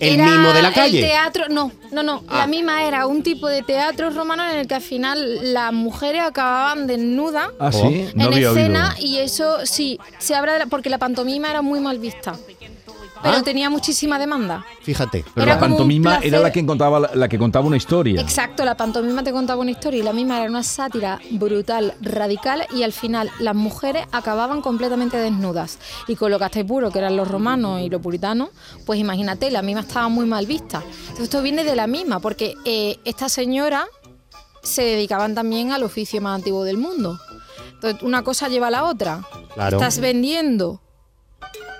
S4: El
S3: era
S4: mimo de la calle.
S3: El teatro, no, no, no.
S4: Ah.
S3: La mima era un tipo de teatro romano en el que al final las mujeres acababan desnudas
S2: Ah, sí, no
S3: en
S2: había
S3: escena
S2: oído.
S3: y eso sí, se habla de la- porque la pantomima era muy mal vista. Pero
S4: Ah.
S3: tenía muchísima demanda.
S4: Fíjate.
S2: Pero
S3: Era
S2: la
S3: como un
S2: pantomima era
S3: placer.
S2: la que contaba la, la que contaba una historia.
S3: Exacto, la pantomima te contaba una historia y la misma era una sátira brutal, radical y al final las mujeres acababan completamente desnudas. Y con lo puro, que eran los romanos y los puritanos, pues imagínate, la misma estaba muy mal vista. Entonces, esto viene de la misma, porque eh, esta señora se dedicaban también al oficio más antiguo del mundo. Entonces, una cosa lleva a la otra.
S4: Claro.
S3: Estás vendiendo.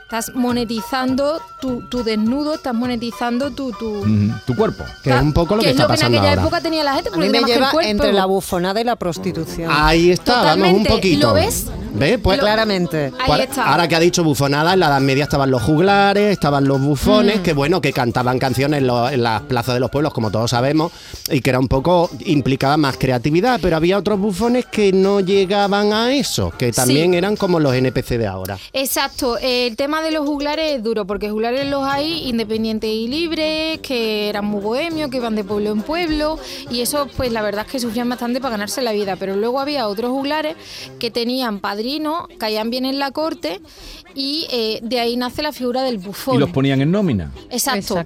S3: Estás monetizando tu, tu desnudo, estás monetizando tu, tu,
S2: Ujú, Tu cuerpo.
S4: Que es un poco lo que,
S3: que es
S4: está
S3: lo que en
S4: pasando
S3: aquella
S4: ahora.
S3: época tenía la gente
S6: A
S3: porque
S6: mí me
S3: tenía más que el
S6: lleva
S3: cuerpo.
S6: entre la bufonada y la prostitución.
S2: Ah.
S4: Ahí está, vamos un
S3: Totalmente,
S4: poquito.
S3: ¿lo ves?
S4: ¿Ves? Pues
S6: Lo- Claramente.
S3: Ahí
S4: Ahora-
S3: está.
S4: Ahora que ha dicho bufonada, en la Edad Media estaban los juglares, estaban los
S3: Mm.
S4: bufones, que bueno, que cantaban canciones en, lo- en las plazas de los pueblos, como todos sabemos, y que era un poco, implicaba más creatividad, pero había otros bufones que no llegaban a eso, que también eran como los NPC de ahora.
S3: Exacto, eh, el tema de los juglares es duro, porque juglares los hay independientes y libres, que eran muy bohemios, que iban de pueblo en pueblo, y eso pues la verdad es que sufrían bastante para ganarse la vida, pero luego había otros juglares que tenían padrinos, caían bien en la corte, y eh, de ahí nace la figura del bufón.
S2: Y los ponían en nómina.
S3: Exacto.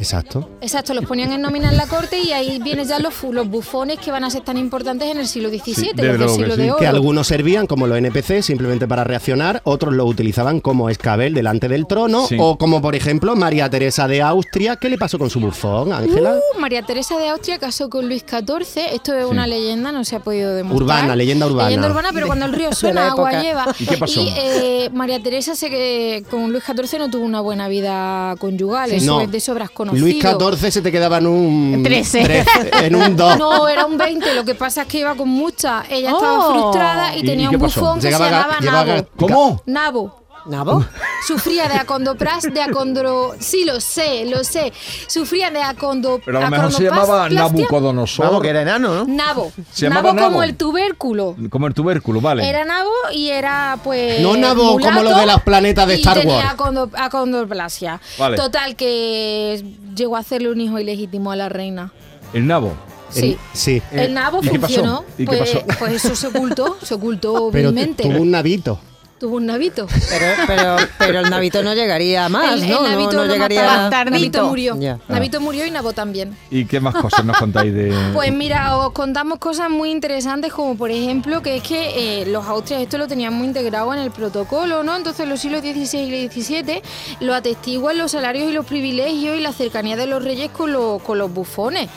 S4: Exacto.
S3: Exacto, los ponían en nómina en la corte y ahí vienen ya los, fu- los bufones que van a ser tan importantes en el siglo XVII,
S4: Sí,
S3: los del siglo de oro.
S4: Que algunos servían como los NPC simplemente para reaccionar, otros lo utilizaban como escabel delante del trono,
S2: Sí.
S4: o como por ejemplo María Teresa de Austria. ¿Qué le pasó con su bufón, Ángela?
S3: Uh, María Teresa de Austria casó con Luis XIV. Esto es una leyenda, no se ha podido demostrar.
S4: Urbana, leyenda urbana.
S3: Leyenda urbana, pero cuando el río suena,
S4: la
S3: agua
S4: época.
S3: lleva.
S4: ¿Y qué pasó?
S3: eh, María Teresa se que con Luis XIV no tuvo una buena vida conyugal. Eso
S4: No.
S3: es de sobras conocido.
S4: Luis XIV se te quedaba en un
S3: Trece.
S4: trece, en un 2.
S3: No, era un 20. Lo que pasa es que iba con mucha. Ella
S7: Oh.
S3: estaba frustrada y,
S4: ¿Y-
S3: tenía
S4: y qué
S3: un
S4: pasó?
S3: bufón que
S4: Llegaba
S3: se
S4: ga-
S3: llamaba
S4: llegaba
S3: Nabo.
S4: ga- ¿Cómo?
S3: Nabo.
S6: ¿Nabo?
S3: Sufría de acondopras, de acondro... Sí, lo sé, lo sé. Sufría de acondo...
S2: Pero a lo mejor se llamaba
S3: acronoplastia.
S2: Nabucodonosor.
S5: Vamos, que era enano, ¿no?
S3: Nabo.
S2: Se
S3: nabo,
S2: llamaba
S3: como
S2: nabo.
S3: el tubérculo.
S2: Como el tubérculo, vale.
S3: Era nabo y era pues.
S4: No nabo
S3: mulato
S4: como los de las planetas de
S3: y
S4: Star
S3: tenía
S4: Wars.
S3: acondo- acondoplasia.
S2: Vale.
S3: Total, que llegó a hacerle un hijo ilegítimo a la reina.
S2: El nabo.
S3: Sí.
S4: Eh, sí.
S3: el nabo
S2: ¿y qué pasó?
S3: funcionó.
S2: ¿Y qué
S3: pues,
S2: pasó?
S3: pues eso se ocultó, se ocultó
S4: Pero tu-
S3: vilmente.
S4: tuvo un nabito.
S3: Tuvo un nabito.
S6: Pero, pero, pero el navito no llegaría a más,
S3: el, el
S6: ¿no? No-
S3: nabito
S6: no,
S3: lo
S6: llegaría
S3: mataron.
S6: a
S3: Nabito murió.
S6: Ya.
S3: Nabito murió y Nabo también.
S2: ¿Y qué más cosas nos contáis de.?
S3: Pues mira, os contamos cosas muy interesantes, como por ejemplo que es que eh, los austrias esto lo tenían muy integrado en el protocolo, ¿no? Entonces los siglos XVI y XVII lo atestiguan los salarios y los privilegios y la cercanía de los reyes con, los- con los bufones.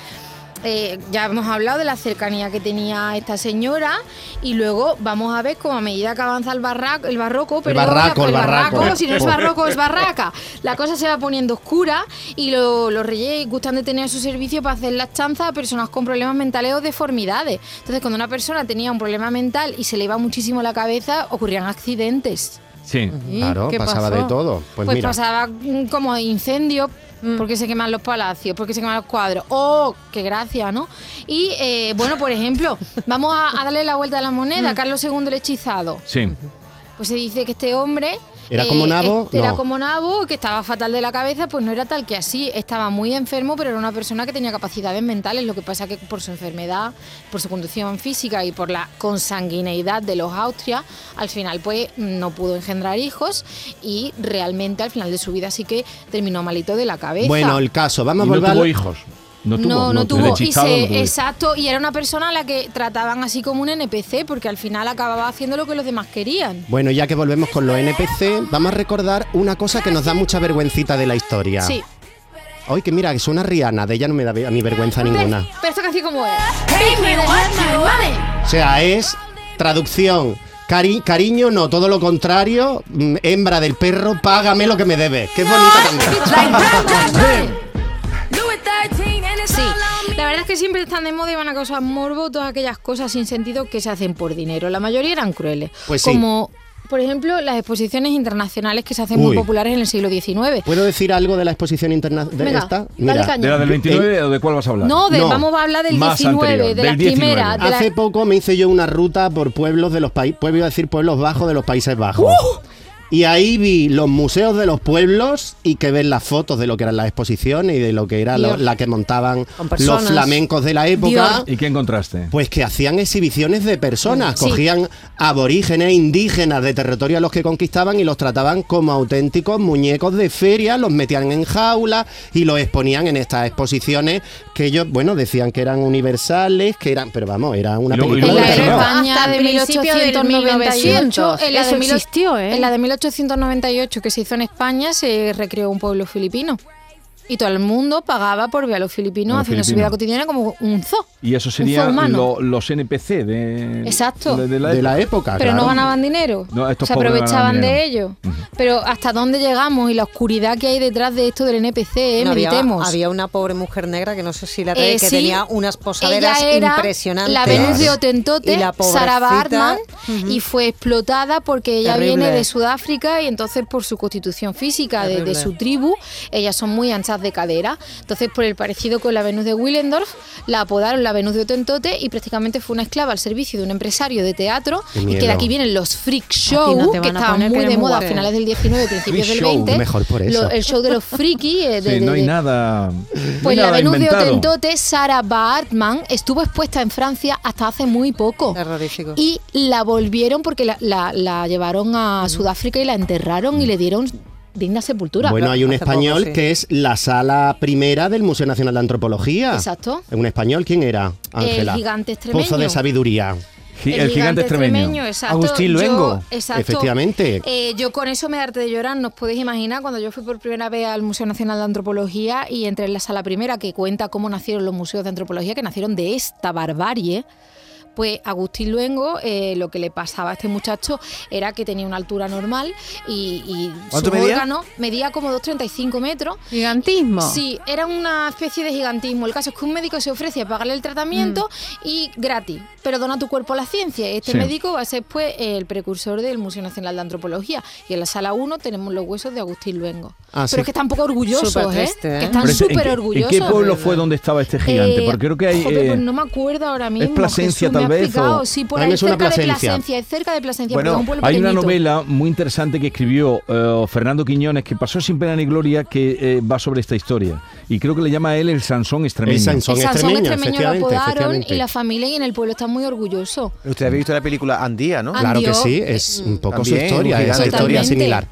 S3: Eh, ya hemos hablado de la cercanía que tenía esta señora y luego vamos a ver cómo a medida que avanza el, barraco, el barroco, pero
S4: barraco, el barraco.
S3: si no es barroco es barraca, la cosa se va poniendo oscura y lo- los reyes gustan de tener a su servicio para hacer las chanzas a personas con problemas mentales o deformidades. Entonces cuando una persona tenía un problema mental y se le iba muchísimo la cabeza, ocurrían accidentes.
S2: Sí.
S3: ¿Y
S4: Claro,
S3: qué
S4: pasaba
S3: pasó?
S4: de todo. Pues, mira.
S3: pasaba mm, como incendios, porque se queman los palacios, porque se queman los cuadros. ¡Oh, qué gracia, ¿no? Y eh, bueno, por ejemplo, vamos a, a darle la vuelta a la moneda. Carlos II el hechizado.
S2: Sí.
S3: Pues se dice que este hombre.
S4: ¿Era como nabo?
S3: este Era
S4: No.
S3: como nabo, que estaba fatal de la cabeza, pues no era tal que así. Estaba muy enfermo, pero era una persona que tenía capacidades mentales. Lo que pasa que por su enfermedad, por su condición física y por la consanguineidad de los Austria, al final pues no pudo engendrar hijos y realmente al final de su vida sí que terminó malito de la cabeza.
S4: Bueno, el caso, vamos a
S2: Y no
S4: volver.
S2: tuvo hijos. No tuvo,
S3: No, no,
S2: El
S3: tuvo. Y
S2: hechizado
S3: se-
S2: no
S4: pues.
S2: tuvo.
S3: exacto, y era una persona a la que trataban así como un NPC, porque al final acababa haciendo lo que los demás querían.
S4: Bueno, ya que volvemos con los NPC, vamos a recordar una cosa que nos da mucha vergüencita de la historia.
S3: Sí.
S4: Hoy que mira, que suena Rihanna, de ella no me da ve- a mí vergüenza ninguna.
S3: Pero esta canción como es.
S4: O sea, es traducción. Cari- cariño, no, todo lo contrario. mm, Hembra del perro, págame lo que me debes. Qué bonita Ah, también.
S3: Sí, la verdad es que siempre están de moda y van a causar morbo todas aquellas cosas sin sentido que se hacen por dinero. La mayoría eran crueles.
S4: Pues sí.
S3: como, por ejemplo, las exposiciones internacionales que se hacen muy
S4: Uy.
S3: populares en el siglo XIX.
S4: ¿Puedo decir algo de la exposición internacional de
S3: Venga,
S4: esta? Eh,
S3: dale caña.
S2: ¿De la del 29 o de cuál vas a hablar?
S3: Eh, No, de-
S4: Pues, No,
S3: vamos a hablar del
S2: más
S3: 19,
S2: anterior,
S3: de
S2: del
S3: las
S2: 19.
S3: primeras. de la-
S4: Hace poco me hice yo una ruta por pueblos de los países, pueblos decir pueblos bajos de los Países Bajos.
S3: ¡Uh!
S4: Y ahí vi los museos de los pueblos y que ven las fotos de lo que eran las exposiciones y de lo que era lo-
S3: Dios.
S4: la que montaban
S6: Con
S4: los
S6: personas.
S4: flamencos de la época.
S3: Dios.
S2: ¿Y qué encontraste?
S4: Pues que hacían exhibiciones de personas,
S3: Sí.
S4: cogían aborígenes indígenas de territorio a los que conquistaban y los trataban como auténticos muñecos de feria, los metían en jaulas y los exponían en estas exposiciones que ellos, bueno, decían que eran universales, que eran, pero vamos, era una
S2: Y luego- y
S3: En
S4: película
S3: la
S2: luego
S3: de
S4: de
S2: Claro.
S4: terror.
S3: España
S7: Hasta
S3: de
S7: principio del
S3: 1898, en la
S7: Eso
S3: de mil-
S7: existió, ¿eh?
S3: En la de 1898 que se hizo en España se recreó un pueblo filipino. Y todo el mundo pagaba por ver a los filipinos
S2: A los
S3: haciendo su
S2: filipinos.
S3: vida cotidiana como un zoo.
S2: Y eso
S3: Un
S2: serían
S3: zoo humano.
S2: los NPC de,
S3: Exacto.
S2: de, la
S4: de la
S2: época.
S4: época.
S3: Pero
S4: claro.
S3: no ganaban dinero.
S2: No, estos
S3: se
S2: pobres no
S3: aprovechaban
S2: ganaban
S3: de
S2: dinero.
S3: ello. Pero hasta dónde llegamos y la oscuridad que hay detrás de esto del NPC, eh,
S6: No, había,
S3: meditemos.
S6: había una pobre mujer negra que no sé si la
S3: Eh,
S6: trae, que
S3: sí.
S6: tenía unas
S3: Ella
S6: posaderas
S3: era
S6: impresionantes.
S3: la Venus de
S4: Claro.
S3: Otentote,
S6: Y la
S3: Sara
S6: pobrecita-
S3: Bartman, y fue explotada porque ella
S6: Terrible.
S3: viene de Sudáfrica y entonces por su constitución física de, de
S6: Terrible.
S3: su tribu, ellas son muy anchas de cadera. Entonces por el parecido con la Venus de Willendorf, la apodaron la Venus de Otentote y prácticamente fue una esclava al servicio de un empresario de teatro
S4: Qué
S3: y que de
S4: miedo.
S3: aquí vienen los freak
S7: A ti no
S3: show,
S7: te
S3: que
S7: van a
S3: estaban
S7: poner que
S3: muy
S7: eres
S3: de
S7: muy
S3: moda a
S7: guapo.
S3: finales del 19, principios del
S2: show,
S3: 20.
S4: mejor por
S3: Lo-
S4: eso.
S3: el show de los friki, eh, de,
S2: Sí,
S3: de-
S2: no hay
S3: de-
S2: nada.
S3: pues
S2: no hay
S3: la
S2: nada
S3: Venus
S2: inventado.
S3: de Otentote, Sara Bartman, estuvo expuesta en Francia hasta hace muy poco.
S6: Terrorífico.
S3: Y la volvieron porque la, la- la llevaron a Sudáfrica y la enterraron y le dieron digna sepultura.
S4: Bueno, hay un
S6: Hace poco,
S4: español
S6: sí.
S4: que es la sala primera del Museo Nacional de Antropología.
S3: Exacto.
S4: Un español, ¿quién era?
S3: El
S4: Ángela.
S3: gigante extremeño.
S4: Pozo de sabiduría.
S2: Gi- el, gigante extremeño.
S3: exacto.
S5: Agustín
S3: Yo-
S5: Luengo.
S3: exacto.
S4: Efectivamente.
S3: Eh, yo con eso me harté de llorar, no os podéis imaginar, cuando yo fui por primera vez al Museo Nacional de Antropología y entré en la sala primera que cuenta cómo nacieron los museos de antropología, que nacieron de esta barbarie. Pues Agustín Luengo, eh, lo que le pasaba a este muchacho era que tenía una altura normal y, y
S5: ¿Cuánto
S3: sus
S5: medía?
S3: órganos medía como 2,35 metros
S7: Gigantismo.
S3: Sí, era una especie de gigantismo. El caso es que un médico se ofrece a pagarle el tratamiento y gratis, pero dona tu cuerpo a la ciencia.
S2: Mm.
S3: Este
S2: Sí.
S3: médico va a ser pues el precursor del Museo Nacional de Antropología. Y en la sala 1 tenemos los huesos de Agustín Luengo. pero
S4: Ah, sí.
S3: es que están poco orgullosos,
S6: Súper
S3: ¿eh?
S6: triste, ¿eh?
S3: Que están
S2: Pero es- ¿en qué-
S3: súper orgullosos.
S2: ¿En qué pueblo fue donde estaba este gigante?
S3: Eh,
S2: Porque creo que hay.
S3: jope,
S2: eh,
S3: pues no me acuerdo ahora mismo.
S2: Plasencia,
S3: Jesús, me
S2: tal
S3: ha
S2: vez,
S3: explicado.
S2: o-
S3: Sí, por
S4: A mí
S3: ahí
S4: me suena
S3: cerca de
S4: Plasencia.
S3: Plasencia, es cerca de Plasencia,
S5: Bueno,
S3: pero es un pueblo
S2: Hay una
S3: pequeñito.
S2: novela muy interesante que escribió eh, Fernando Quiñones que pasó sin pena ni gloria que eh, va sobre esta historia y creo que le llama a él el Sansón extremeño.
S4: El Sansón.
S3: El Sansón
S4: extremeño,
S3: extremeño lo
S4: efectivamente,
S3: apodaron
S4: efectivamente.
S3: y la familia y en el pueblo están muy orgullosos.
S5: Usted había visto la película Andía, ¿no?
S3: Ah,
S4: Claro que
S3: Andió,
S4: sí, es un poco su
S5: también,
S4: historia,
S5: un
S4: esa
S5: gigante.
S4: historia
S3: Totalmente.
S4: similar.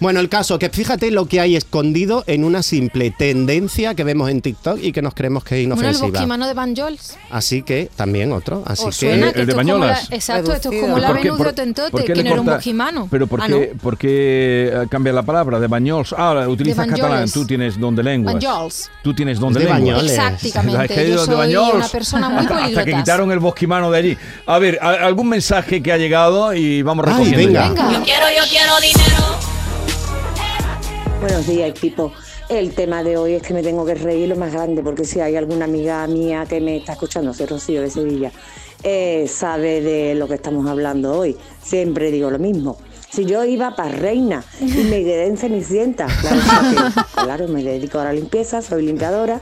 S4: Bueno, el caso, que fíjate lo que hay escondido en una simple tendencia que vemos en TikTok y que nos creemos que es
S3: Bueno, el
S4: inofensiva.
S3: bosquimano de Van Jols.
S4: Así que, también otro, así
S3: ¿Os
S4: que...
S3: suena
S2: El
S3: que
S2: de
S3: esto es como
S2: Bañolas.
S3: la- exacto, esto es como
S6: ¿Y
S3: la
S2: ¿Por qué-
S3: Venus de
S2: por- por
S3: Otentote,
S2: qué
S3: que
S2: le
S3: no era un
S2: corta-
S3: mojimano.
S2: Pero ¿por
S6: Ah,
S2: qué, por qué, eh, cambia la palabra de bañols? Ah, utilizas
S3: Banyoles.
S2: catalán, tú tienes don de lenguas.
S3: Banyols.
S2: Tú tienes don de,
S4: De
S2: lenguas.
S4: Bañoles.
S2: La
S3: Exactamente.
S2: gente
S3: Yo
S2: de
S3: soy
S2: Bañols.
S3: una persona muy
S2: hasta, hasta que
S3: poliglota.
S2: quitaron el bosquimano de allí. A ver, a- algún mensaje que ha llegado y vamos
S4: Ay,
S2: recogiendo.
S4: venga.
S2: ya.
S3: Venga,
S10: Quiero, yo quiero dinero.
S11: Buenos días, equipo. El tema de hoy es que me tengo que reír lo más grande, porque si hay alguna amiga mía que me está escuchando, soy Rocío de Sevilla, eh, sabe de lo que estamos hablando hoy. Siempre digo lo mismo. Si yo iba para reina y me quedé en Cenicienta, claro, porque, claro, me dedico a la limpieza, soy limpiadora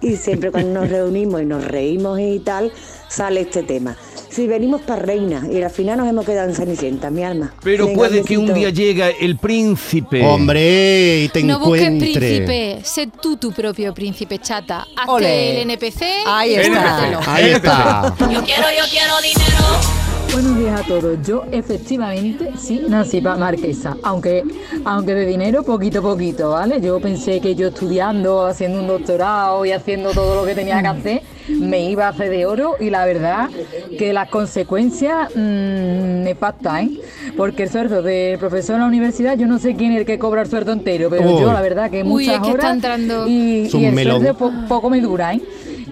S11: y siempre cuando nos reunimos y nos reímos y tal, sale este tema. Si venimos para reina y al final nos hemos quedado en Cenicienta, mi alma.
S5: Pero
S11: Venga,
S5: puede que un
S11: besito.
S5: día llegue el príncipe.
S4: Hombre, y te
S3: no busques
S4: encuentre.
S3: príncipe, sé tú tu propio príncipe chata. Hazte
S6: Ole.
S3: el NPC.
S6: Ahí
S3: y
S6: está.
S3: disfrútalo.
S4: Ahí está.
S10: Yo quiero, yo quiero dinero.
S12: Buenos días a todos. Yo efectivamente sí nací para marquesa, aunque, aunque de dinero poquito a poquito, ¿vale? Yo pensé que yo estudiando, haciendo un doctorado y haciendo todo lo que tenía que hacer, me iba a hacer de oro y la verdad que las consecuencias mm, me impactan, ¿eh? Porque el sueldo del profesor en la universidad, yo no sé quién es el que cobra el sueldo entero, pero
S4: Uy.
S12: yo la verdad que
S3: Uy,
S12: muchas
S3: es que está
S12: horas
S3: entrando.
S12: y,
S4: Es un
S12: y el
S4: melón.
S12: sueldo po- poco me dura, ¿eh?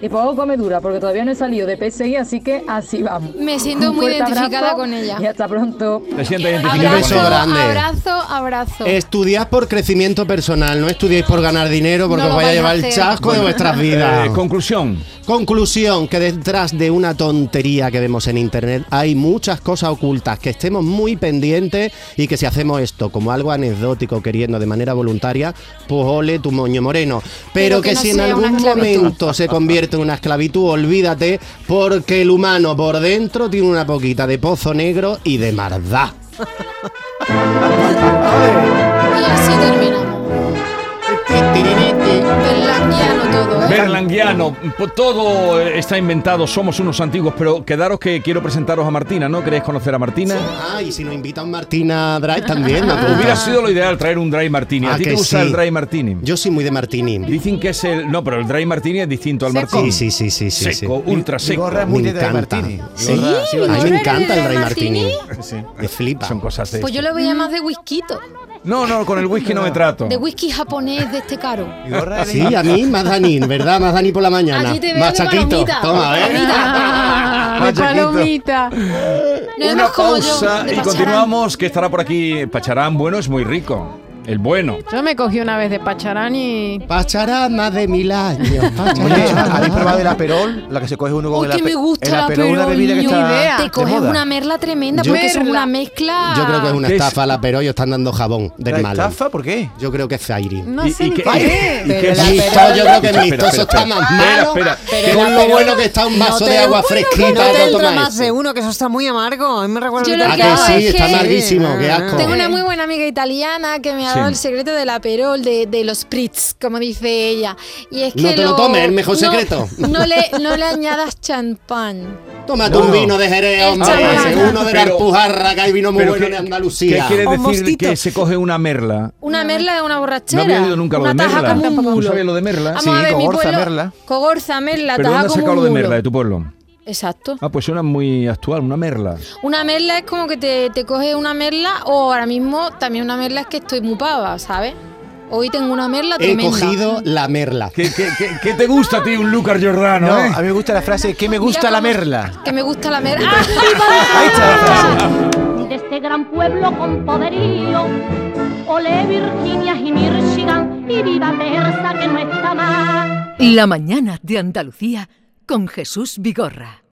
S12: Y poco me dura, porque todavía no he salido de PSI, así que así vamos.
S3: Me siento
S12: Un
S3: muy
S12: fuerte
S3: identificada
S12: abrazo
S3: con ella.
S12: Y hasta pronto.
S2: Te sientes
S4: Un
S2: identificado
S4: beso
S2: con ella.
S4: grande.
S3: Abrazo, abrazo.
S4: Estudiad por crecimiento personal, no estudiéis por ganar dinero porque
S3: No lo
S4: os vaya a
S3: vais a
S4: llevar el
S3: hacer.
S4: chasco de vuestras vidas.
S2: Eh, conclusión.
S4: Conclusión, que detrás de una tontería que vemos en internet hay muchas cosas ocultas, que estemos muy pendientes y que si hacemos esto como algo anecdótico, queriendo de manera voluntaria, pues ole tu moño moreno. Pero,
S3: Pero
S4: que,
S3: que no
S4: si en
S3: sea una
S4: algún
S3: esclavitud.
S4: momento se convierte en una esclavitud, olvídate, porque el humano por dentro tiene una poquita de pozo negro y de mardá.
S3: Y así terminamos. Berlanguiano todo, ¿eh?
S2: Berlanguiano, po- todo está inventado, somos unos antiguos, pero quedaros que quiero presentaros a Martina, ¿no? ¿Queréis conocer a Martina?
S4: Ah, y si nos invitan Martina Drive también, me apunto.
S2: Hubiera sido lo ideal traer un dry martini. ¿A
S4: Ah,
S2: ti te
S4: que
S2: gusta
S4: sí.
S2: el dry martini?
S4: Yo soy muy de Martini.
S2: Dicen que es el... No, pero el dry martini es distinto al martini.
S4: Sí, sí, sí, sí, sí, sí.
S2: Seco, ultra
S5: Mi
S2: seco.
S5: gorra es muy
S4: Me
S5: de Dry
S4: encanta.
S5: Martini.
S4: Sí,
S5: Mi gorra, sí,
S4: a mí
S5: vale.
S4: me
S3: ¿Gorra
S4: encanta el
S3: de
S4: Rey Martini.
S2: Sí.
S4: Me flipa.
S2: Son cosas de...
S3: Pues yo le voy a más de whiskito.
S2: No, no, con el whisky no me trato.
S3: De whisky japonés de este caro.
S5: Mi gorra es de-
S4: Sí, a mí más Dani, ¿verdad? Más Dani por la mañana.
S3: Allí te veo
S4: Machaquito.
S3: de palomita.
S4: Toma, ¿eh?
S7: Ah, de
S5: Vaya, Quito.
S7: palomita.
S3: No
S2: Una
S3: eres como yo,
S2: pausa
S3: de
S2: y
S3: Pacharán.
S2: continuamos, que estará por aquí Pacharán. Bueno, es muy rico. El bueno.
S7: Yo me cogí una vez de Pacharán y.
S4: Pachará más de mil años.
S5: Oye, ¿habéis
S4: Pachará.
S5: probado el aperol? La que se coge uno con
S3: Uy,
S5: el
S3: que me
S5: ape-
S3: gusta
S5: el
S3: el
S5: aperol. es una
S3: Aperol,
S5: bebida que
S7: ni
S5: está
S7: idea.
S3: Te
S5: de
S3: coges
S5: moda.
S3: una merla tremenda
S4: Yo-
S3: porque es
S7: Merla.
S3: una mezcla.
S4: Yo creo que es una
S2: ¿Qué es?
S4: estafa la pero ellos están dando jabón
S5: ¿La
S4: del malo.
S5: estafa? ¿Por qué?
S4: Yo creo que es Zairi.
S7: No sé ni
S2: qué-
S7: qué
S2: y- y
S7: es.
S2: qué es?
S4: Misto, yo creo que
S2: Espera,
S4: Misto eso
S2: espera,
S4: está
S2: espera.
S4: más
S2: Espera,
S4: malo
S2: espera.
S4: que con lo bueno que está un vaso
S6: no te-
S4: de agua fresquita.
S6: No te
S4: lo
S6: entra
S4: toma
S6: más
S4: eso.
S6: de uno, que eso está muy amargo. A mí me recuerda
S3: Yo
S6: el
S3: lo
S6: de-
S4: Ah,
S3: que
S4: que
S3: hago
S4: sí,
S3: es
S4: está
S3: que-
S4: amarguísimo, qué asco.
S3: Tengo una muy buena amiga italiana que me ha
S2: Sí.
S3: dado el secreto del aperol, de, de los spritz, como dice ella. Y es que
S4: No te lo tomes, el mejor
S3: no-
S4: secreto.
S3: No le, no le añadas champán.
S4: Tómate un
S5: No.
S4: vino de Jerez,
S3: El
S4: hombre.
S3: champán.
S4: ese, Uno de la
S2: Pero-
S4: Alpujarra, que hay vino muy
S2: Pero
S4: bueno
S2: ¿qué-
S4: de Andalucía.
S2: ¿Qué quiere
S6: O
S2: decir
S6: mosquito.
S2: que se coge una merla?
S3: Una merla es una
S2: No
S3: borrachera.
S2: había oído nunca lo
S3: una
S2: de
S3: taja
S2: merla.
S3: como un
S2: Tampoco
S3: mulo.
S2: sabía lo de merla.
S3: Vamos
S5: Sí,
S3: a ver, mi
S5: cogorza,
S3: pueblo-
S5: merla.
S3: Cogorza, merla,
S2: ¿Pero
S3: taja
S2: dónde has
S3: como
S2: sacado
S3: un
S2: lo de merla
S3: mulo.
S2: de tu pueblo?
S3: Exacto.
S2: Ah, pues suena muy actual, una merla.
S3: Una merla es como que te, te coge una merla o ahora mismo también una merla es que estoy muy pava, ¿sabes? Hoy tengo una merla
S4: He
S3: tremenda.
S4: cogido la merla.
S2: ¿Qué, qué, qué, qué te gusta a ti un Lucas Giordano,
S5: No,
S2: eh?
S5: a mí me gusta la frase que me
S3: Mira
S5: gusta la
S3: cómo-
S5: merla.
S3: Que me gusta la merla. ¡Ah!
S5: Ahí está la frase.
S13: y de este gran pueblo con poderío. Ole Virginia y Michigan y viva Persa que no está mal.
S14: La mañana de Andalucía con Jesús Vigorra.